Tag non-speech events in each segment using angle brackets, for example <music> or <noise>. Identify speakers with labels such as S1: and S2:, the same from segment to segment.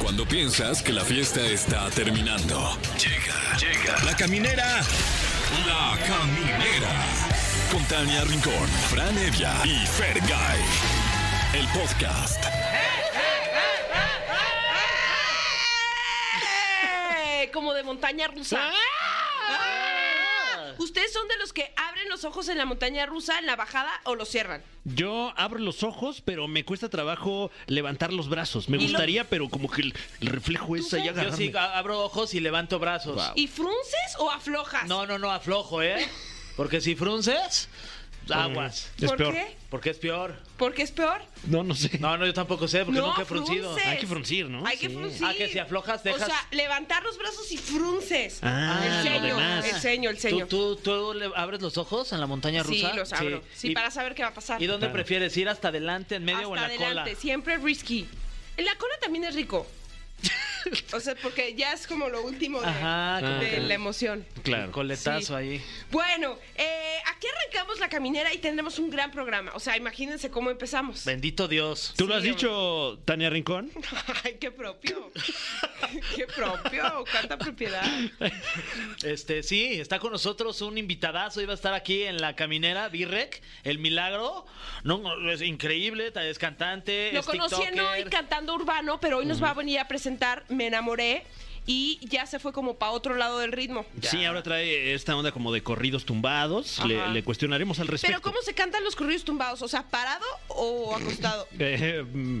S1: Cuando piensas que la fiesta está terminando. Llega, llega. La caminera. La caminera. Con Tania Rincón, Fran Evia y Fer El podcast.
S2: Eh, como de montaña rusa. Ah. ¿Ustedes son de los que abren los ojos en la montaña rusa, en la bajada, o los cierran?
S3: Yo abro los ojos, pero me cuesta trabajo levantar los brazos. Me gustaría, pero como que el, el reflejo es allá
S4: Yo sí
S3: agarrarme.
S4: a- abro ojos y levanto brazos.
S2: ¿Y frunces o aflojas?
S4: No, no, no, aflojo, ¿eh? Porque si frunces, aguas.
S3: Es
S2: ¿Por
S3: peor.
S2: qué?
S4: Porque es peor.
S2: ¿Porque es peor?
S3: No, no sé.
S4: No, no, yo tampoco sé, porque nunca he fruncido.
S2: frunces.
S3: Hay que fruncir, ¿no?
S2: Hay que
S3: Sí.
S2: fruncir.
S4: Ah, que si aflojas, dejas-
S2: O sea, levantar los brazos y frunces.
S3: Ah,
S2: el
S3: lo
S2: ceño,
S3: demás.
S2: el ceño, el ceño.
S4: ¿Tú, tú, tú le abres los ojos en la montaña
S2: sí,
S4: rusa?
S2: los abro. Sí,
S4: ¿Y,
S2: para saber qué va a pasar.
S4: ¿y dónde
S3: Claro.
S4: prefieres ir? ¿Hasta adelante, en medio
S2: Hasta
S4: o en la
S2: adelante,
S4: cola?
S2: siempre risky. En la cola también es rico. <laughs> o sea, porque ya es como lo último de,
S4: Ajá, como
S2: de
S4: que-
S2: la emoción.
S3: Claro.
S4: Coletazo
S2: Sí.
S4: ahí.
S2: Bueno, eh, aquí arrancamos la caminera y tendremos un gran programa. O sea, imagínense cómo empezamos.
S4: Bendito Dios.
S3: ¿Tú lo has
S2: Sí,
S3: dicho, Tania Rincón?
S2: <laughs> Ay, qué propio. <laughs> qué propio. Cuánta
S4: <laughs>
S2: propiedad.
S4: Este, sí, está con nosotros un invitadazo, iba a estar aquí en la caminera, Birrek, El Milagro. No, no, es increíble, ta- es cantante,
S2: Lo
S4: es
S2: conocí en hoy
S4: tiktoker.
S2: cantando urbano, pero hoy nos va a venir a presentar Me enamoré y ya se fue como para otro lado del ritmo.
S3: Sí, ahora trae esta onda como de corridos tumbados. Le,
S2: Ajá.
S3: le cuestionaremos al respecto.
S2: Pero ¿cómo se cantan los corridos tumbados? O sea, parado o acostado.
S3: Eh, mm,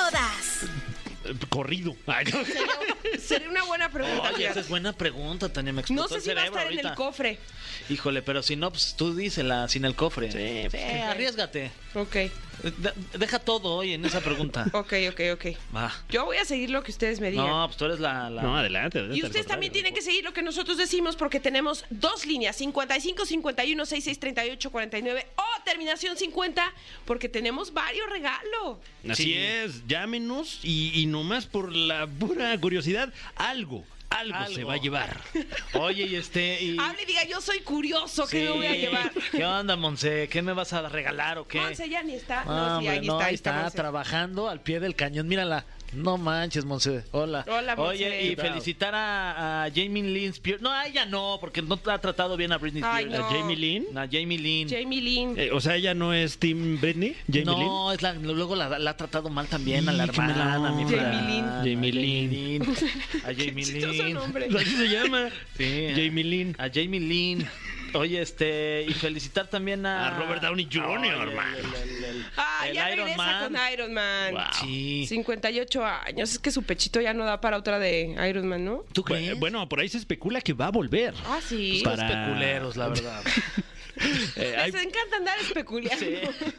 S3: eh, corrido. <laughs> Ay, no.
S2: <laughs> Sería una buena pregunta.
S4: Oye, esa
S2: fíjate.
S4: es buena pregunta, Tania, me explotó
S2: No sé
S4: el
S2: si va a
S4: cerebro
S2: estar en el
S4: ahorita.
S2: cofre.
S4: Híjole, pero si no, pues tú dísela sin el cofre.
S3: Sí, pues,
S4: Eh, arriesgate.
S2: Ok,
S4: Da- Deja todo hoy en
S2: <laughs>
S4: esa pregunta.
S2: ok, ok, ok.
S4: Va.
S2: Yo voy a seguir lo que ustedes me digan.
S4: No, pues tú eres la... la-
S3: No, adelante, adelante.
S2: Y
S3: al
S2: ustedes también
S3: contrario.
S2: tienen que seguir lo que nosotros decimos porque tenemos dos líneas, 55 51 66 38 49 o terminación 50 porque tenemos varios regalos.
S3: Así
S4: Sí.
S3: es, llámenos y, y nomás por la pura curiosidad, algo, algo,
S4: Algo.
S3: se va a
S2: <laughs>
S3: llevar.
S4: Oye, y este... Y...
S2: Hable y diga, yo soy curioso, ¿qué me voy a
S4: Sí.
S2: llevar?
S4: <laughs> ¿Qué onda, Monse? ¿Qué me vas a regalar o qué?
S2: Monse ya ni está.
S4: Ah,
S2: No, sí,
S4: hombre,
S2: ahí
S4: no,
S2: está,
S4: ahí
S2: ahí está.
S4: está,
S2: Monse.
S4: trabajando al pie del cañón. Mírala. No manches, Monse. Hola.
S2: Hola, Monse.
S4: Oye, y
S2: ¿Qué tal?
S4: felicitar a, a Jamie Lynn Spears. No, a ella no, porque no te ha tratado bien a Britney
S2: Ay,
S4: Spears.
S2: No.
S3: ¿A Jamie Lynn?
S4: A Jamie Lynn.
S2: Jamie Lynn.
S3: Eh, o sea, ella no es Team Britney, Jamie Lynn.
S4: no, es la- luego la, la ha tratado mal también a la
S3: Y qué mala
S4: hermana, a mi
S3: onda.
S4: Fran,
S2: Jamie Lynn.
S4: a
S3: Jamie Lynn.
S4: A
S2: <laughs>
S4: Jamie
S2: Chistoso
S4: Lynn.
S2: nombre.
S3: <laughs> Así se llama.
S4: Sí.
S3: Jamie Lynn.
S4: A Jamie Lynn. Oye, este, y felicitar también a...
S3: A Robert Downey Jr.,
S4: Ay, el-
S3: man.
S4: el- el- el-
S2: Ah,
S4: el
S2: ya
S4: Iron
S2: regresa
S4: Man.
S2: con Iron Man.
S3: Wow.
S4: Sí.
S2: 58 años, es que su pechito ya no da para otra de Iron Man, ¿no?
S4: ¿Tú
S3: Bu-
S4: crees?
S3: Bueno, por ahí se especula que va a volver.
S2: Ah, sí.
S3: Pues para-
S4: especuleros, la
S3: <laughs>
S4: verdad.
S3: Eh, hay,
S2: Les encanta andar especulando.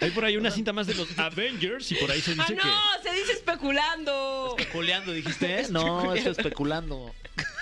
S3: hay por ahí una cinta más de los Avengers y por ahí se
S2: Ah,
S3: dice que...
S2: no, se dice especulando.
S4: Especuleando,
S2: <laughs>
S3: ¿eh?
S4: dijiste. No, es especulando. <laughs>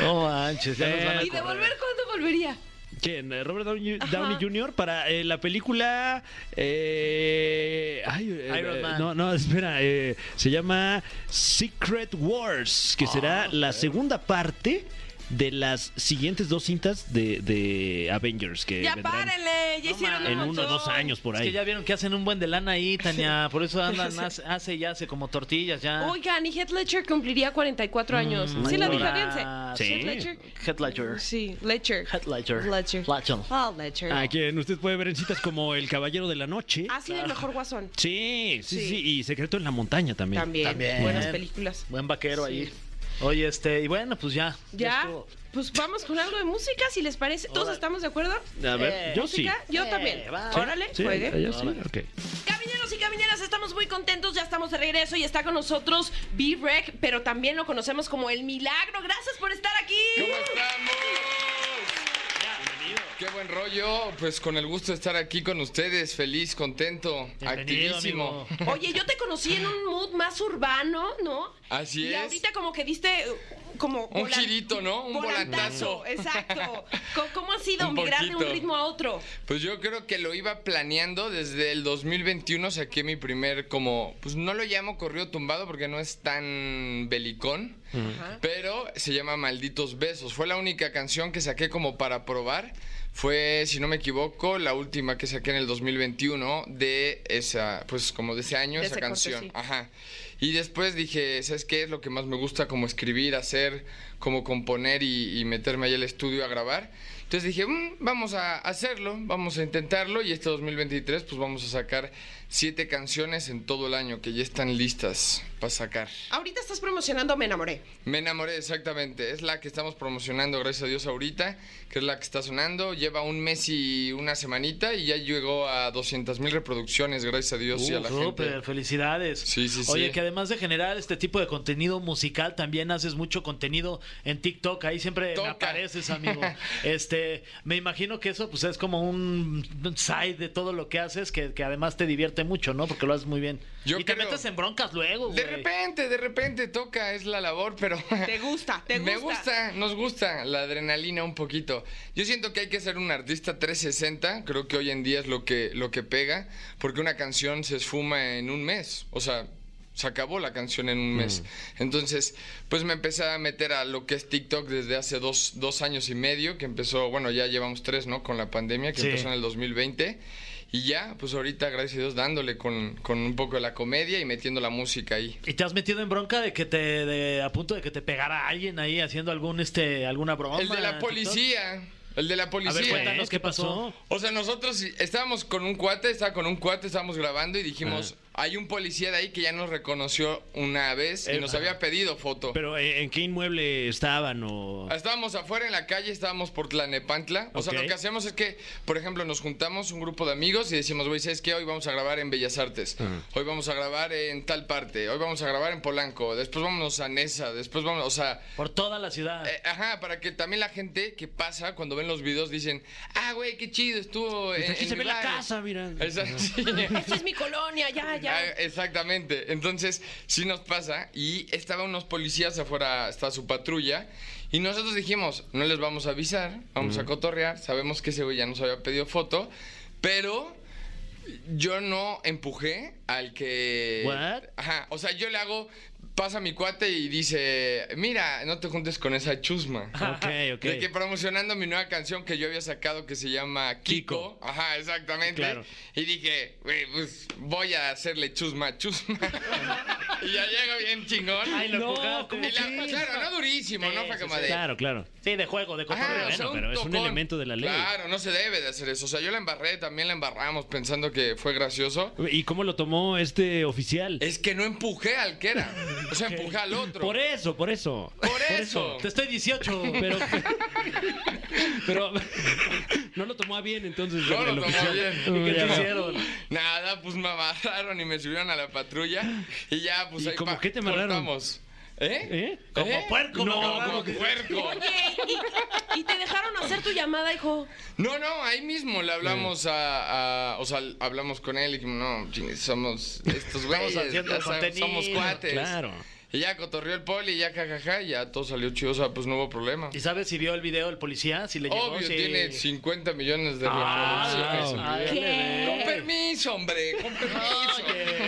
S4: No manches, ya nos van a
S2: ¿Y de
S4: correr.
S2: volver cuándo volvería?
S3: ¿Quién? Eh, Robert Downey,
S2: Ajá.
S3: Downey Jr. para eh, la película. eh, ay, eh,
S4: Iron
S3: eh,
S4: Man.
S3: No, no, espera.
S4: Ah,
S3: eh, se llama Secret Wars, que será la segunda parte de las siguientes dos cintas de, de Avengers que
S2: Ya
S3: Eh, vendrán
S2: párenle, ya
S4: No
S2: hicieron
S4: mames.
S3: en
S2: un
S3: uno o dos
S2: montón.
S3: años por
S4: Es
S3: ahí.
S4: que ya vieron que hacen un buen de lana
S2: <laughs>
S4: ahí, Tania. Por eso andan, hace, hace y hace como tortillas ya.
S2: Oigan, y Heath Ledger cumpliría 44 años.
S3: Mm,
S2: ¿Sí la dije bien?
S4: Sí.
S2: Heath Ledger.
S4: Head Ledger.
S2: Sí, Ledger.
S4: Heath Ledger.
S2: Ledger.
S4: Ledger.
S2: Ah, Ledger.
S3: A quien usted puede ver en citas como El Caballero de la Noche.
S2: Ha sido el mejor guasón.
S3: Sí, sí,
S2: Ah, Sí.
S3: sí, y Secreto en la Montaña también.
S2: También.
S4: También.
S2: Buenas películas.
S4: Buen vaquero
S2: Sí.
S4: ahí. Oye, este, y bueno, pues ya.
S2: Ya,
S4: estuvo.
S2: pues vamos con algo de música, si les parece. ¿Todos
S4: Órale.
S2: estamos de acuerdo?
S3: A ver,
S4: Eh,
S3: yo sí.
S2: ¿Música? Yo
S4: Eh,
S2: también.
S4: va.
S3: Sí,
S2: Órale,
S3: sí,
S2: juegue.
S3: yo sí, ok.
S2: Camineros y camineras, estamos muy contentos, ya estamos de regreso y está con nosotros B-Rec, pero también lo conocemos como El Milagro. Gracias por estar aquí.
S5: ¿Cómo estamos? Qué buen rollo, pues con el gusto de estar aquí con ustedes, feliz, contento,
S4: Bienvenido,
S5: activísimo.
S4: amigo.
S2: Oye, yo te conocí en un mood más urbano, ¿no?
S5: Así
S2: y
S5: es.
S2: ahorita como que diste eh, como
S5: Un girito, ¿no? Un volantazo.
S2: Exacto. Co- ¿Cómo ha sido
S5: Un
S2: migrar de un
S5: poquito.
S2: ritmo a otro?
S5: Pues yo creo que lo iba planeando desde el 2021, saqué mi primer como, pues no lo llamo corrido tumbado porque no es tan belicón, pero se llama Malditos Besos. Fue la única canción que saqué como para probar. Fue, si no me equivoco, la última que saqué en el 2021 de esa, pues como de ese año,
S2: De
S5: esa
S2: ese corte,
S5: canción.
S2: sí.
S5: Ajá. Y después dije, ¿sabes qué es lo que más me gusta? Como escribir, hacer, como componer y, y meterme ahí al estudio a grabar. Entonces dije, "Mm, vamos a hacerlo, vamos a intentarlo y este 2023 pues vamos a sacar siete canciones en todo el año que ya están listas para sacar.
S2: Ahorita estás promocionando Me Enamoré.
S5: Me enamoré, exactamente. Es la que estamos promocionando, gracias a Dios, ahorita, que es la que está sonando. Lleva un mes y una semanita y ya llegó a 200 mil reproducciones, gracias a Dios y a la
S4: Uh, Súper,
S5: gente.
S4: felicidades.
S5: Sí, sí, sí.
S4: Oye, que además de generar este tipo de contenido musical, también haces mucho contenido en TikTok. Ahí siempre me
S5: Toca. <laughs>
S4: apareces, amigo. este, me imagino que eso pues es como un side de todo lo que haces, que, que además te divierte mucho, ¿no? Porque lo haces muy bien.
S5: Yo
S4: y te
S5: creo-
S4: metes en broncas luego,
S5: De
S4: güey.
S5: repente, de repente toca, es la labor, pero...
S2: Te gusta, te gusta.
S5: <laughs> Me gusta, nos gusta la adrenalina un poquito. Yo siento que hay que ser un artista 360, creo que hoy en día es lo que, lo que pega, porque una canción se esfuma en un mes, o sea, se acabó la canción en
S4: Mm.
S5: un mes. Entonces, pues me empecé a meter a lo que es TikTok desde hace dos, dos años y medio, que empezó, bueno, ya llevamos tres, ¿no? Con la pandemia, que
S4: Sí.
S5: empezó en el 2020. Y ya, pues ahorita, gracias a Dios, dándole con, con un poco de la comedia y metiendo la música ahí.
S4: ¿Y te has metido en bronca de que te de- a punto de que te pegara alguien ahí haciendo algún este alguna broma?
S5: El de
S4: en
S5: la
S4: TikTok?
S5: policía. El de la
S4: A
S5: policía.
S4: ver, cuéntanos
S3: ¿Eh?
S4: qué
S3: ¿Qué pasó?
S4: pasó.
S5: O sea, nosotros estábamos con un cuate, estaba con un cuate, estábamos grabando y dijimos, hay un policía de ahí que ya nos reconoció una vez y
S3: Eh,
S5: nos
S3: ajá.
S5: había pedido foto.
S3: Pero ¿eh, ¿en qué inmueble estaban o...?
S5: Estábamos afuera en la calle, estábamos por Tlanepantla. O sea,
S3: Ok.
S5: lo que hacemos es que, por ejemplo, nos juntamos un grupo de amigos y decimos, güey, ¿sabes qué? Hoy vamos a grabar en Bellas Artes. Hoy vamos a grabar en tal parte. Hoy vamos a grabar en Polanco. Después vámonos a Nesa. Después vamos, o sea...
S4: Por toda la ciudad.
S5: Eh, ajá, para que también la gente que pasa cuando ven los videos dicen, ah, güey, qué chido estuvo. en-
S3: Pues aquí
S5: en
S3: se
S5: mi
S3: ve la
S5: barrio".
S3: casa, mira.
S5: Esa- sí.
S2: Esta es mi colonia, ya,
S5: <laughs>
S2: ya.
S5: Ah, exactamente. Entonces, sí nos pasa. Y estaban unos policías afuera, está su patrulla. Y nosotros dijimos, no les vamos a avisar, vamos a cotorrear. Sabemos que ese güey ya nos había pedido foto. Pero yo no empujé al que.
S3: What?
S5: Ajá. O sea, yo le hago. Pasa mi cuate y dice: Mira, no te juntes con esa chusma.
S3: Ok, ok.
S5: De que promocionando mi nueva canción que yo había sacado que se llama Kiko.
S3: Kiko.
S5: Ajá, exactamente.
S3: Claro.
S5: Y dije, güey, pues voy a hacerle chusma, chusma. <laughs> y ya llega bien chingón.
S4: Ay, lo
S3: No,
S4: empujaste.
S3: ¿cómo
S5: Y la-
S3: crees?
S5: claro, no durísimo,
S4: Sí,
S5: no fue
S4: sí,
S5: como
S4: sí.
S5: de.
S3: Claro, claro.
S4: Sí, de juego, de cotorreo.
S5: "Ah, o
S3: bueno,
S5: sea,
S3: pero es un
S5: tocón".
S3: elemento de la ley.
S5: Claro, no se debe de hacer eso. O sea, yo la embarré, también la embarramos pensando que fue gracioso.
S3: ¿Y cómo lo tomó este oficial?
S5: Es que no empujé al que era. O sea, empujé al otro.
S3: Por eso, por eso.
S5: Por eso.
S4: Te estoy 18.
S3: Pero, pero no lo tomó a bien entonces.
S5: No
S3: el
S5: lo tomó
S3: oficial.
S5: bien.
S4: ¿Qué te
S3: Ya veo.
S4: hicieron?
S5: Nada, pues me amarraron y me subieron a la patrulla y ya, pues
S3: ¿Y
S5: ahí
S3: cómo
S5: pa-
S3: qué te amarraron?
S5: cortamos. ¿Eh?
S3: ¿Eh?
S4: Como puerco,
S5: No,
S4: me
S5: como,
S4: amarraron.
S5: puerco.
S2: Oye, y, y te dejaron hacer tu llamada, hijo.
S5: No, no, ahí mismo le hablamos a, a- O sea, hablamos con él y dijimos, no, chingues, somos estos güeyes.
S4: haciendo
S5: ya sabes,
S4: contenido,
S5: somos cuates.
S3: Claro.
S5: Y ya cotorrió el poli y ya jajaja, y ya todo salió chido, o sea, pues no hubo problema.
S4: ¿Y sabes si vio el video el policía? Si le llegó.
S5: Obvio,
S4: si-
S5: tiene 50 millones de
S4: Ah,
S5: reproducciones.
S4: ah,
S2: ¿Qué?
S5: Con permiso, hombre, con permiso.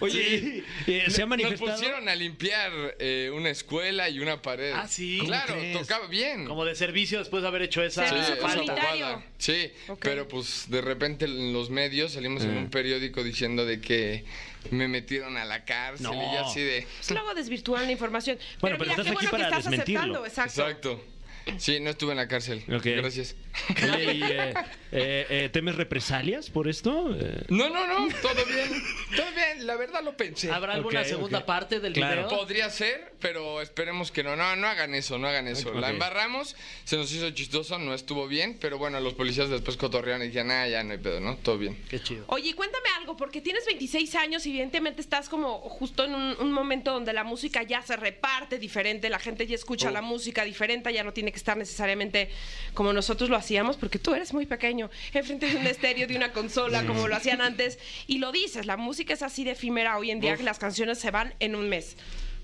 S4: Oye.
S3: Oye, eh, se ha manifestado.
S5: Nos pusieron a limpiar eh, una escuela y una pared.
S4: Ah, sí. ¿Cómo
S5: Claro,
S4: crees?
S5: tocaba bien.
S4: Como de servicio después de haber hecho esa
S2: Servicio
S5: esa
S2: comunitario.
S4: falta.
S5: bobada. Sí,
S2: Ok.
S5: pero pues de repente en los medios salimos
S3: Eh.
S5: en un periódico diciendo de que me metieron a la cárcel
S3: No.
S5: y yo así de...
S2: Pues luego desvirtúan la información.
S3: Bueno, pero
S2: mira,
S3: estás
S2: qué
S3: aquí
S2: bueno que
S3: para
S2: estás
S3: desmentirlo.
S2: aceptando, exacto.
S5: Exacto. Sí, no estuve en la cárcel.
S3: Ok.
S5: Gracias. <laughs>
S3: Oye, y, eh, eh, eh, ¿temes represalias por esto? Eh,
S5: No, no, no, todo bien. Todo bien, la verdad lo pensé.
S4: ¿Habrá alguna
S3: Ok,
S4: segunda
S3: ok.
S4: parte del
S3: Claro.
S4: video?
S5: Podría ser, pero esperemos que no. No, no hagan eso, no hagan eso. La
S3: Ok.
S5: embarramos, se nos hizo chistoso, no estuvo bien, pero bueno, los policías después cotorrearon y dijeron, ah, ya no hay pedo, ¿no? Todo bien.
S4: Qué chido.
S2: Oye, cuéntame algo, porque tienes 26 años y evidentemente estás como justo en un, un momento donde la música ya se reparte diferente, la gente ya
S5: Oh.
S2: escucha la música diferente, ya no tiene que estar necesariamente como nosotros lo hacíamos, porque tú eres muy pequeño, enfrente de un estéreo, de una consola, como lo hacían antes, y lo dices, la música es así de efímera hoy en día
S5: Uf.
S2: que las canciones se van en un mes.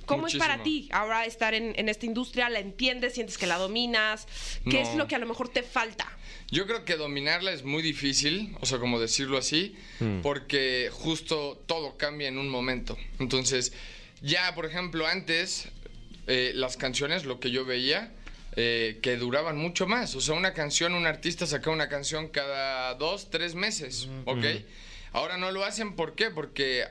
S2: ¿Cómo es para ti
S5: Muchísimo.
S2: ahora estar en, en esta industria? ¿La entiendes? ¿Sientes que la dominas? ¿Qué es
S5: No.
S2: lo que a lo mejor te falta?
S5: Yo creo que dominarla es muy difícil, o sea, como decirlo así, porque justo todo cambia en un momento. Entonces, ya, por ejemplo, antes eh, las canciones, lo que yo veía, eh, que duraban mucho más. O sea, una canción, un artista sacaba una canción cada dos, tres meses, ¿ok? Ahora no lo hacen, ¿por qué? Porque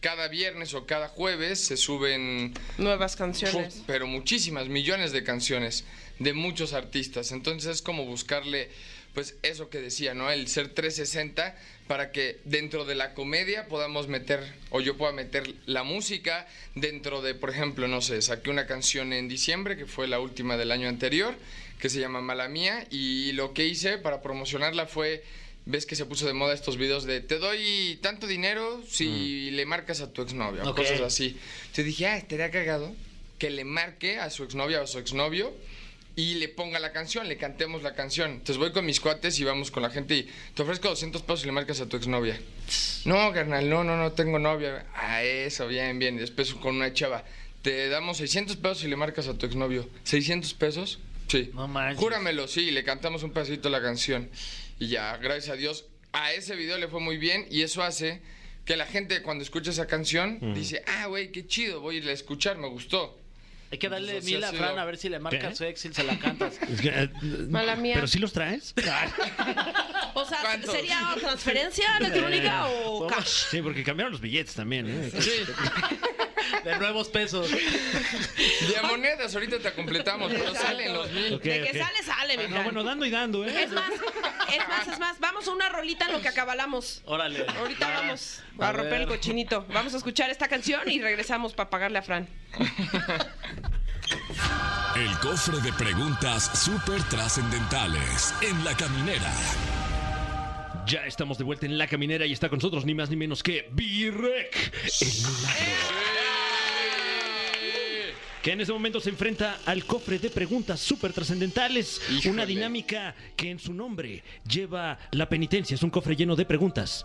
S5: cada viernes o cada jueves se suben
S2: Nuevas canciones.
S5: Fu- Pero muchísimas, millones de canciones de muchos artistas. Entonces es como buscarle, pues eso que decía, ¿no? El ser 360 para que dentro de la comedia podamos meter, o yo pueda meter la música dentro de, por ejemplo, no sé, saqué una canción en diciembre, que fue la última del año anterior, que se llama Mala Mía, y lo que hice para promocionarla fue... Ves que se puso de moda estos videos de te doy tanto dinero si le marcas a tu exnovia o
S4: Ok.
S5: cosas así. Te dije, ah, estaría cagado que le marque a su exnovia o a su exnovio y le ponga la canción, le cantemos la canción. Entonces voy con mis cuates y vamos con la gente y te ofrezco 200 pesos y le marcas a tu exnovia. No, carnal, no, no, no tengo novia. Ah, eso, bien, bien. Después con una chava. Te damos 600 pesos y le marcas a tu exnovio. ¿600 pesos? Sí.
S4: No manches.
S5: Júramelo, sí, le cantamos un pedacito la canción. Y ya, gracias a Dios, a ese video le fue muy bien y eso hace que la gente cuando escucha esa canción dice, ah, güey, qué chido, voy a irla a escuchar, me gustó.
S4: Hay que darle
S5: Entonces,
S4: mil a
S5: Pues así
S4: Fran
S5: lo-
S4: a ver si le
S3: ¿Qué?
S4: marca su ex y se la cantas.
S3: es que, eh,
S2: Mala mía.
S3: ¿Pero sí los traes?
S2: O sea,
S5: ¿Cuántos?
S2: ¿sería transferencia
S4: <laughs>
S2: electrónica
S4: Eh,
S2: o cash?
S3: Eh, Sí, porque cambiaron los billetes también. ¿eh?
S5: Sí,
S4: <laughs> De nuevos pesos.
S5: de a monedas ahorita te completamos, pero salen los mil.
S3: Ok,
S2: De que
S3: ok.
S2: sale,
S4: Ah,
S2: sale, mi
S3: No,
S2: Fran.
S3: bueno, dando y dando, ¿eh?
S2: Es más, es más, es más. Vamos a una rolita en lo que acabalamos.
S4: Órale.
S2: Ahorita
S4: Va.
S2: vamos a romper el
S4: ver.
S2: cochinito. Vamos a escuchar esta canción y regresamos para pagarle a Fran.
S4: Ah,
S1: El cofre de preguntas súper trascendentales en la caminera.
S3: Ya estamos de vuelta en La Caminera y está con nosotros ni más ni menos que Birrek. el milagro. Que en este momento se enfrenta al cofre de preguntas súper trascendentales.
S5: Híjole.
S3: Una dinámica que en su nombre lleva la penitencia. Es un cofre lleno de preguntas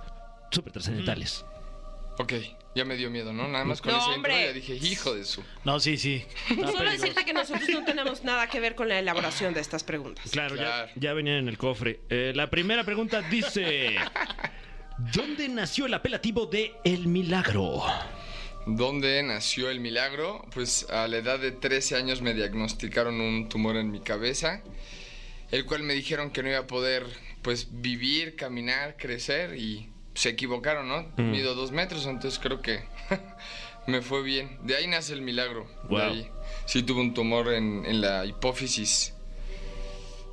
S3: súper trascendentales.
S5: Ok, ya me dio miedo, ¿no? Nada más con
S2: No,
S5: ese
S2: hombre.
S5: intro ya dije, hijo de su.
S4: No,
S2: <laughs>
S4: sí, sí. Está
S2: Solo
S4: peligroso.
S2: decirte que nosotros no tenemos nada que ver con la elaboración de estas preguntas.
S3: pues Claro,
S5: Claro.
S3: Ya, ya venían en el cofre. Eh, la primera pregunta dice: ¿Dónde nació el apelativo de El Milagro?
S5: ¿Dónde nació el milagro? Pues a la edad de 13 años me diagnosticaron un tumor en mi cabeza, el cual me dijeron que no iba a poder pues vivir, caminar, crecer y se equivocaron, ¿no? Mido dos metros, entonces creo que <laughs> me fue bien. De ahí nace el milagro. de
S3: Wow.
S5: ahí. Sí tuve un tumor en, en la hipófisis.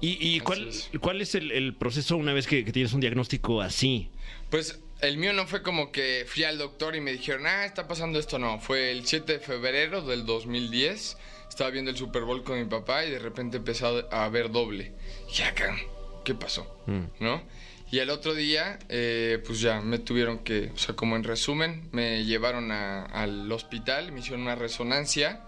S3: ¿Y, y cuál,
S5: Así
S3: cuál es el, el proceso una vez que, que tienes un diagnóstico así?
S5: Pues el mío no fue como que fui al doctor y me dijeron, ah, está pasando esto, no. Fue el 7 de febrero del 2010. Estaba viendo el Super Bowl con mi papá y de repente empecé a a ver doble. Ya, cabrón, ¿qué pasó? ¿No? Y al otro día, eh, pues ya me tuvieron que, o sea, como en resumen, me llevaron a- al hospital, me hicieron una resonancia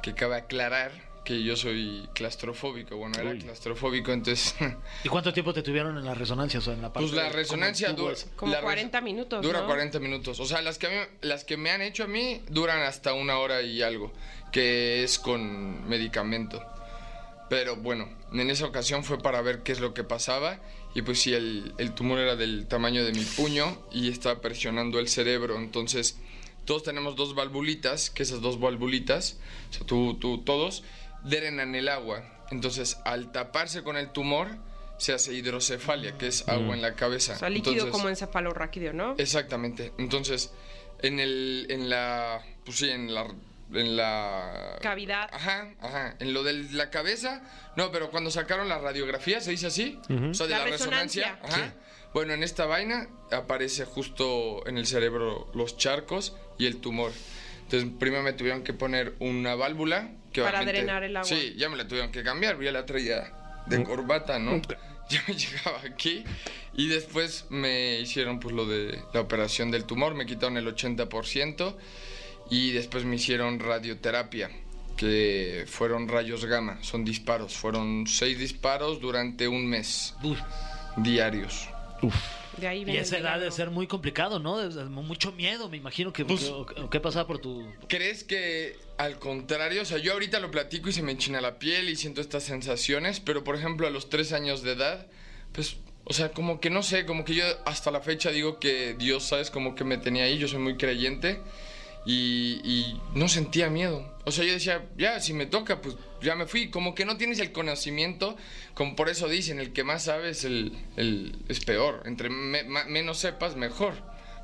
S5: que cabe aclarar que yo soy claustrofóbico. Bueno, era
S3: Uy.
S5: claustrofóbico, entonces <laughs>
S4: ¿Y cuánto tiempo te tuvieron en las resonancias o en la parte
S5: Pues la
S4: de-
S5: resonancia
S4: como
S5: dura.
S4: el tubo ese?
S2: Como
S5: la res-
S2: 40 minutos,
S5: Dura
S2: ¿no?
S5: 40 minutos. O sea, las que, a mí- las que me han hecho a mí duran hasta una hora y algo, que es con medicamento. Pero bueno, en esa ocasión fue para ver qué es lo que pasaba. Y pues sí, el, el tumor era del tamaño de mi puño y estaba presionando el cerebro. Entonces todos tenemos dos valvulitas, que esas dos valvulitas, o sea, tú, tú, todos, drenan el agua. Entonces, al taparse con el tumor, se hace hidrocefalia, que es agua en la cabeza.
S2: O sea, líquido
S5: Entonces,
S2: como encefalorráquido, ¿no?
S5: Exactamente. Entonces, en el, en la, pues sí, en la, en la
S2: Cavidad.
S5: Ajá, ajá. En lo de la cabeza, no, pero cuando sacaron la radiografía, se dice así, o sea, de
S2: La
S5: la, resonancia,
S2: resonancia.
S5: ajá. Bueno, en esta vaina aparece justo en el cerebro los charcos y el tumor. Entonces, primero me tuvieron que poner una válvula que
S2: Para
S5: obviamente-
S2: drenar el agua.
S5: Sí, ya me la tuvieron que cambiar, ya la traía de corbata, ¿no? <laughs> Ya me llegaba aquí y después me hicieron pues lo de la operación del tumor, me quitaron el 80% y después me hicieron radioterapia, que fueron rayos gamma, son disparos, fueron seis disparos durante un mes
S4: Uf,
S5: diarios.
S2: De ahí
S4: y
S2: viene.
S4: esa
S2: el
S4: edad de
S2: milagro.
S4: ser muy complicado, ¿no? Es- es Mucho miedo, me imagino que...
S5: Pues-
S4: o- o- ¿Qué pasaba por tu...?
S5: ¿Crees que al contrario? O sea, yo ahorita lo platico y se me enchina la piel y siento estas sensaciones, pero por ejemplo a los tres años de edad, pues, o sea, como que no sé, como que yo hasta la fecha digo que Dios, ¿sabes? Como que me tenía ahí, yo soy muy creyente y, y no sentía miedo. O sea, yo decía, ya, si me toca, pues ya me fui. Como que no tienes el conocimiento, como por eso dicen, el que más sabes el, el- es peor. Entre me- ma- menos sepas, mejor.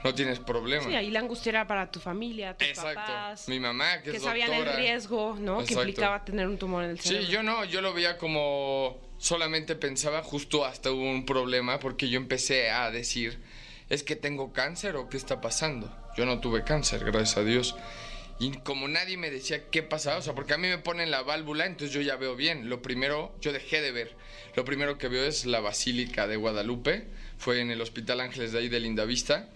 S5: No tienes problema.
S2: Sí, ahí la angustia era para tu familia, tus
S5: Exacto.
S2: papás.
S5: Mi mamá, que,
S2: que
S5: es
S2: sabían el
S5: doctora.
S2: riesgo, ¿no? Que
S5: Exacto.
S2: implicaba tener un tumor en el cerebro.
S5: Sí, yo no, yo lo veía como solamente pensaba justo hasta hubo un problema porque yo empecé a decir, es que tengo cáncer o qué está pasando. Yo no tuve cáncer, gracias a Dios. Y como nadie me decía qué pasaba, o sea, porque a mí me ponen la válvula, entonces yo ya veo bien. Lo primero, yo dejé de ver. Lo primero que veo es la Basílica de Guadalupe. Fue en el Hospital Ángeles de ahí de Lindavista.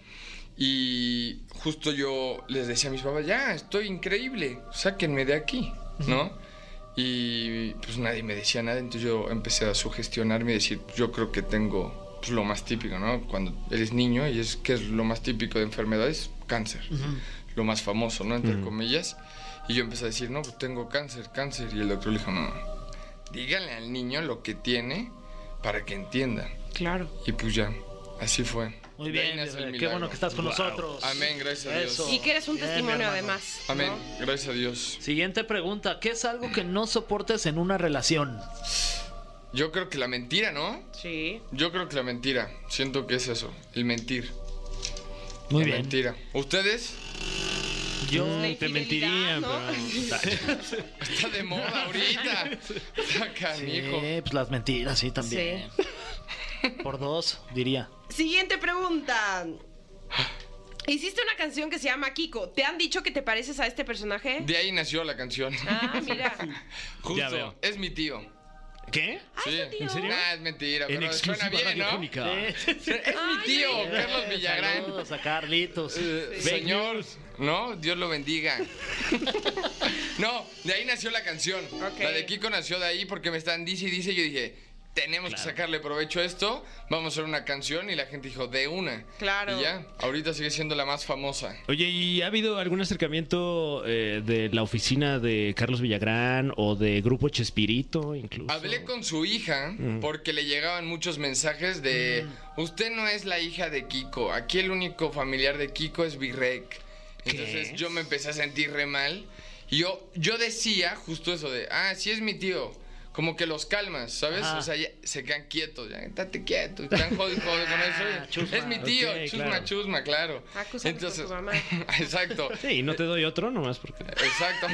S5: Y justo yo les decía a mis papás, ya, estoy increíble, sáquenme de aquí, ¿no? Y pues nadie me decía nada, entonces yo empecé a sugestionarme y decir, "Pues, yo creo que tengo pues, lo más típico, ¿no? Cuando eres niño y es que es lo más típico de enfermedades, cáncer, lo más famoso, ¿no? Entre comillas. Y yo empecé a decir, no, pues tengo cáncer, cáncer. Y el doctor le dijo, no, díganle al niño lo que tiene para que entienda.
S2: Claro.
S5: Y pues ya, así fue.
S4: Muy
S5: De ahí
S4: bien,
S5: nace el
S4: Israel, qué
S5: milagro.
S4: bueno que estás con nosotros.
S5: Amén, gracias a Dios.
S4: Eso.
S2: Y que eres un
S4: Bien, mi
S2: testimonio
S4: hermano.
S2: además. ¿no?
S5: Amén, gracias a Dios.
S4: Siguiente pregunta, ¿qué es algo que no soportes en una relación?
S5: Yo creo que la mentira, ¿no?
S2: Sí.
S5: Yo creo que la mentira. Siento que es eso, el mentir.
S4: Muy
S5: la
S4: bien.
S5: mentira. ¿Ustedes? <laughs>
S4: Yo
S2: Mm,
S5: Mm,
S2: La
S3: te
S2: infidelidad,
S3: mentiría,
S2: ¿no? <laughs>
S3: pero.
S5: Está de moda ahorita. Está canijo.
S4: Sí, pues las mentiras, sí, también. Por dos, diría.
S2: Siguiente pregunta. Hiciste una canción que se llama Kiko. ¿Te han dicho que te pareces a este personaje?
S5: De ahí nació la canción. <laughs>
S2: Ah, mira.
S5: Justo.
S3: Ya veo.
S5: Es mi tío.
S3: ¿Qué?
S2: Ay,
S5: Sí.
S2: Ah, tu tío.
S3: ¿En serio?
S5: Nah, es mentira,
S3: En
S5: pero suena
S3: exclusiva
S5: bien, ¿no?
S3: radiofónica. <laughs>
S5: Es mi
S2: Ay,
S5: tío,
S2: ay,
S5: Carlos Villagrán.
S4: Saludos a Carlitos.
S5: Eh, Señor, ¿no? Dios lo bendiga. <laughs> no, de ahí nació la canción.
S2: Ok.
S5: La de Kiko nació de ahí porque me están dice y dice. Yo dije, tenemos que sacarle provecho a esto. Vamos a hacer una canción. Y la gente dijo, de una.
S2: Claro.
S5: Y ya, ahorita sigue siendo la más famosa.
S3: Oye, ¿y ha habido algún acercamiento eh, de la oficina de Carlos Villagrán o de Grupo Chespirito incluso?
S5: Hablé con su hija porque le llegaban muchos mensajes de
S4: Mm.
S5: usted no es la hija de Kiko, aquí el único familiar de Kiko es Virrec. Entonces yo me empecé a sentir re mal y yo, yo decía justo eso de, ah, sí es mi tío. Como que los calmas, ¿sabes?
S4: Ajá.
S5: O sea, ya se quedan quietos, ya, estate quieto, están jodidos jode con eso.
S4: Ah, chusma.
S5: Es mi tío,
S3: Ok,
S5: chusma,
S3: claro.
S5: chusma, claro.
S2: Acúsame con tu mamá.
S5: <laughs> exacto.
S3: Sí, y no te doy otro nomás porque.
S5: Exacto.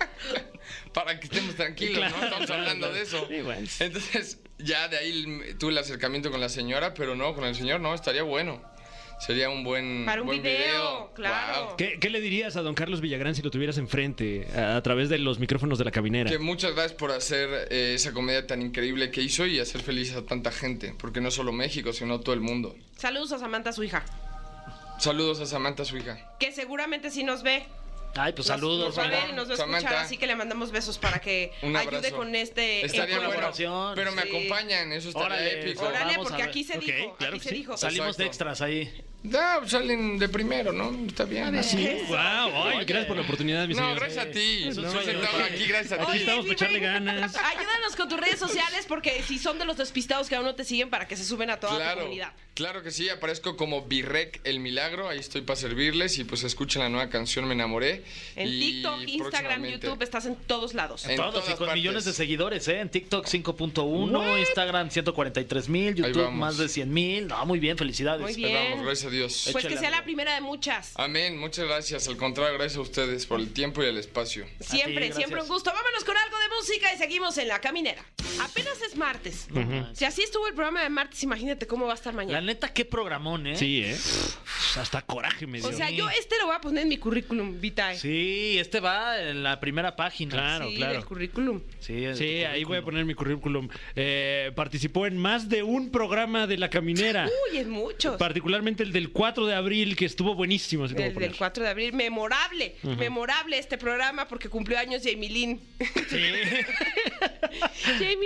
S4: <laughs>
S5: Para que estemos tranquilos, ¿no? Estamos hablando de eso.
S3: Sí, bueno.
S5: Entonces, ya de ahí el- tuve el acercamiento con la señora, pero no, con el señor no, estaría bueno. Sería un buen,
S2: Para un
S5: buen
S2: video, claro.
S5: Wow.
S3: ¿Qué, qué le dirías a don Carlos Villagrán si lo tuvieras enfrente a, a través de los micrófonos de la caminera?
S5: Que muchas gracias por hacer eh, esa comedia tan increíble que hizo y hacer feliz a tanta gente, porque no solo México, sino todo el mundo.
S2: Saludos a Samantha, su hija.
S5: Saludos a Samantha, su hija.
S2: Que seguramente sí nos ve.
S4: Ay, pues
S2: Nos
S4: saludos.
S2: va a
S5: Samantha.
S2: ver y nos va a escuchar,
S5: Samantha.
S2: así que le mandamos besos para que
S5: Un abrazo.
S2: ayude con este.
S5: Estaría
S2: en
S5: bueno,
S2: colaboración.
S4: colaboración,
S5: pero me
S2: sí.
S5: acompañan, eso estaría
S4: Órale,
S5: épico.
S4: órale.
S3: pues,
S2: Órale,
S4: Vamos a
S2: porque
S4: ver.
S2: aquí se
S3: Ok,
S2: dijo.
S3: claro
S2: aquí
S3: que
S2: se
S3: sí.
S2: dijo.
S4: Salimos
S5: Exacto.
S4: de extras ahí.
S5: No, pues, salen de primero, ¿no? Está bien.
S3: Sí, wow. Ay,
S4: Oye.
S3: gracias por la oportunidad, mis
S5: No,
S3: señores.
S5: gracias a ti.
S3: No,
S5: Soy sentado
S3: yo-
S5: aquí gracias a
S3: Aquí
S5: ti.
S2: Oye,
S3: estamos
S2: Vibra,
S3: para echarle
S2: y-
S3: ganas.
S2: Ayúdanos con tus redes sociales porque si son de los despistados que aún no te siguen para que se suben a toda la
S5: Claro,
S2: comunidad.
S5: claro que sí, aparezco como Virrec el Milagro, ahí estoy para servirles y pues escuchen la nueva canción Me Enamoré.
S2: En
S5: y
S2: TikTok, Instagram,
S5: próximamente-
S2: YouTube, estás en todos lados.
S3: Eh,
S5: En
S4: Todos y
S5: todas
S4: con millones de
S5: partes.
S4: seguidores, ¿eh? En TikTok 5.1, Instagram 143 mil, YouTube
S5: vamos.
S4: más de 100 mil. No, muy bien, felicidades.
S2: Muy
S5: Ahí vamos,
S2: bien.
S5: gracias a Dios.
S2: Pues que
S4: échale,
S2: sea la
S4: amigo.
S2: primera de muchas.
S3: Ah,
S5: Amén, muchas gracias. Al contrario, gracias a ustedes por el tiempo y el espacio.
S4: A ti,
S2: Siempre,
S4: gracias.
S2: siempre un gusto. Vámonos con algo de música y seguimos en la caminera. Apenas es martes. Si así estuvo el programa de martes, imagínate cómo va a estar
S4: La
S2: mañana.
S4: neta, qué programón, ¿eh?
S3: Sí, ¿eh? Hasta coraje me dio.
S2: O sea,
S4: Sí.
S2: yo este lo voy a poner en mi currículum vitae.
S4: Sí, este va en la primera página.
S3: Claro,
S2: Sí,
S3: claro.
S2: del currículum.
S4: Sí, en
S3: Sí,
S4: tu
S3: ahí voy a
S4: currículum.
S3: poner mi currículum. Eh, participó en más de un programa de La Caminera.
S2: Uy, es mucho.
S3: Particularmente el del 4 de abril, que estuvo buenísimo. así te voy a
S2: El
S3: poner.
S2: del 4 de abril, memorable, memorable este programa porque cumplió años Jamie Lynn. <laughs> Jamie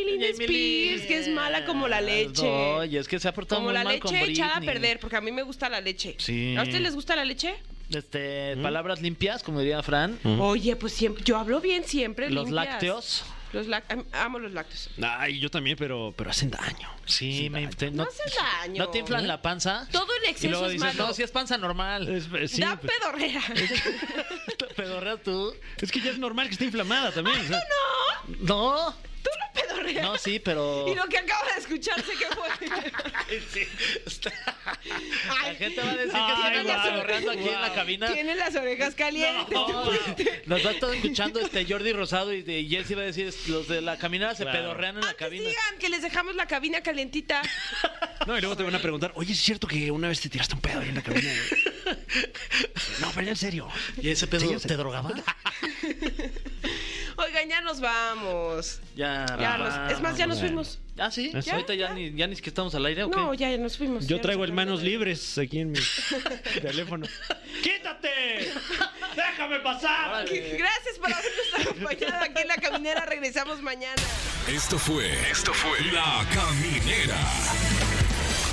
S2: Lynn
S4: Jamie Lee.
S2: Spears, que es mala como la leche.
S4: Oye, es que se ha portado
S2: como
S4: muy
S2: la
S4: mal con
S2: leche echada a
S4: Britney.
S2: perder, porque a mí me gusta la leche.
S4: Sí.
S2: ¿A ustedes les gusta la leche?
S3: ¿Mm?
S4: Este, palabras limpias, como diría Fran.
S2: Oye, pues siempre, yo hablo bien siempre.
S4: Los
S2: limpias.
S4: lácteos.
S2: Los lac- am- amo los lácteos.
S3: Ay, yo también, pero, pero hacen daño.
S4: Sí, me te-
S2: No haces daño.
S4: ¿No te inflan la panza?
S2: Todo en
S4: Y
S2: exceso
S4: luego
S2: es
S4: dices,
S2: malo.
S4: no, si es panza normal.
S3: Es, eh, sí,
S2: da
S3: pues,
S2: <laughs> pedorrera.
S4: <laughs> Pedorrea tú.
S3: es que ya es normal que esté inflamada también. o sea,
S4: No,
S2: Tú ¡Ah, no pedorreas.
S4: no, sí, pero.
S2: <laughs>
S4: <laughs>
S2: Y lo que acabo de escucharse que fue.
S4: La gente va a decir
S3: Ay,
S4: que están
S3: guau,
S4: pedorreando aquí en la
S3: guau.
S4: cabina.
S2: Tiene las orejas calientes.
S4: No, nos va a estar escuchando este Jordi Rosado y de Jesse va a decir los de la caminada se
S3: Claro.
S4: pedorrean en la
S2: Antes
S4: cabina.
S2: digan que les dejamos la cabina calientita.
S3: No, y luego te van a preguntar, oye, ¿es cierto que una vez te tiraste un pedo ahí en la cabina? no, pero en serio.
S4: ¿Y ese pedo
S3: Sí, yo sé.
S4: te drogaba?
S2: Oigan, ya nos vamos.
S4: <laughs> Ya,
S2: Ya nos- es más, ya nos
S3: bueno.
S2: fuimos.
S4: Ah, sí.
S3: ¿Ya?
S4: Ahorita ya, ni, ya ni es que estamos al aire, ¿o qué?
S2: No, ya nos fuimos.
S3: Yo
S2: Ya
S3: traigo
S2: nos
S3: el
S2: acabamos
S3: manos
S2: de-
S3: libres aquí en mi teléfono. ¡Quítate! ¡Déjame pasar!
S2: Gracias por habernos <laughs> acompañado aquí en la caminera. Regresamos mañana.
S1: Esto fue. Esto fue. La Caminera.